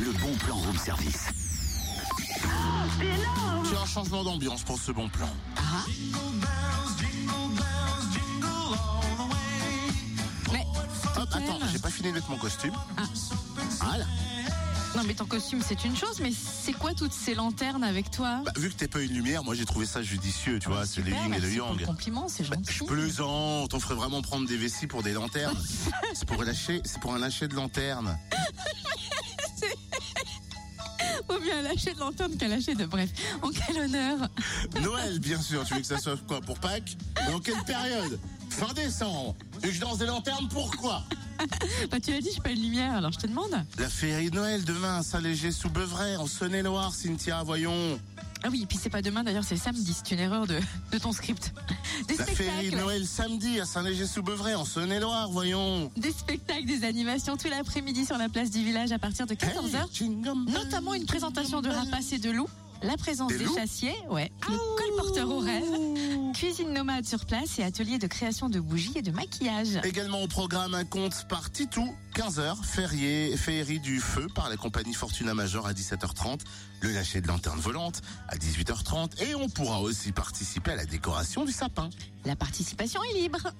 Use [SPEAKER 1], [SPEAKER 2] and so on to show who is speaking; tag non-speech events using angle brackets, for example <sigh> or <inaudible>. [SPEAKER 1] le bon plan room service.
[SPEAKER 2] C'est un changement d'ambiance pour ce bon plan.
[SPEAKER 3] Mais
[SPEAKER 2] Hop,
[SPEAKER 3] Totem.
[SPEAKER 2] Ah, attends, j'ai pas fini de mettre mon costume.
[SPEAKER 3] Ah.
[SPEAKER 2] Voilà.
[SPEAKER 3] non, mais ton costume c'est une chose, mais c'est quoi toutes ces lanternes avec toi
[SPEAKER 2] Bah, vu que t'es pas une lumière, moi j'ai trouvé ça judicieux, tu vois, ce le
[SPEAKER 3] Super,
[SPEAKER 2] yin et le
[SPEAKER 3] merci pour
[SPEAKER 2] yang.
[SPEAKER 3] le compliment, c'est
[SPEAKER 2] Bah,
[SPEAKER 3] gentil.
[SPEAKER 2] je plaisante, on ferait vraiment prendre des vessies pour des lanternes. c'est pour lâcher, c'est pour un lâcher de lanterne.
[SPEAKER 3] <laughs> Vaut mieux lâcher de lanterne qu'à lâcher de bref. En quel honneur
[SPEAKER 2] Noël, bien sûr, tu veux que ça soit quoi pour Pâques Dans quelle période Fin décembre. Tu veux que je danse des lanternes pourquoi
[SPEAKER 3] Bah tu as dit j'ai pas une lumière, alors je te demande.
[SPEAKER 2] La féerie de Noël demain à Saint-Léger sous Beuvray en Saône-et-Loire, Cynthia, voyons.
[SPEAKER 3] Ah oui, et puis c'est pas demain d'ailleurs, c'est samedi, c'est une erreur de, de ton
[SPEAKER 2] <laughs>
[SPEAKER 3] script. Des
[SPEAKER 2] La féerie de
[SPEAKER 3] spectacles,
[SPEAKER 2] Noël samedi à Saint-Léger sous Beuvray en Saône-et-Loire, voyons.
[SPEAKER 3] des spectacles, des animations tout l'après-midi sur la place du village à partir de 14h.
[SPEAKER 2] Hey, Jingle Bell,
[SPEAKER 3] Notamment une présentation de
[SPEAKER 2] Jingle Bell.
[SPEAKER 3] rapaces et de loups, la présence
[SPEAKER 2] Des
[SPEAKER 3] des,
[SPEAKER 2] loups
[SPEAKER 3] chassiers, ouais, le colporteur au rêve, cuisine nomade sur place et atelier de création de bougies et de maquillage.
[SPEAKER 2] Également au programme un compte par Titou, 15h, férié, féerie du feu par la compagnie Fortuna Major à 17h30, le lâcher de lanterne volante à 18h30 et on pourra aussi participer à la décoration du sapin.
[SPEAKER 3] La participation est libre.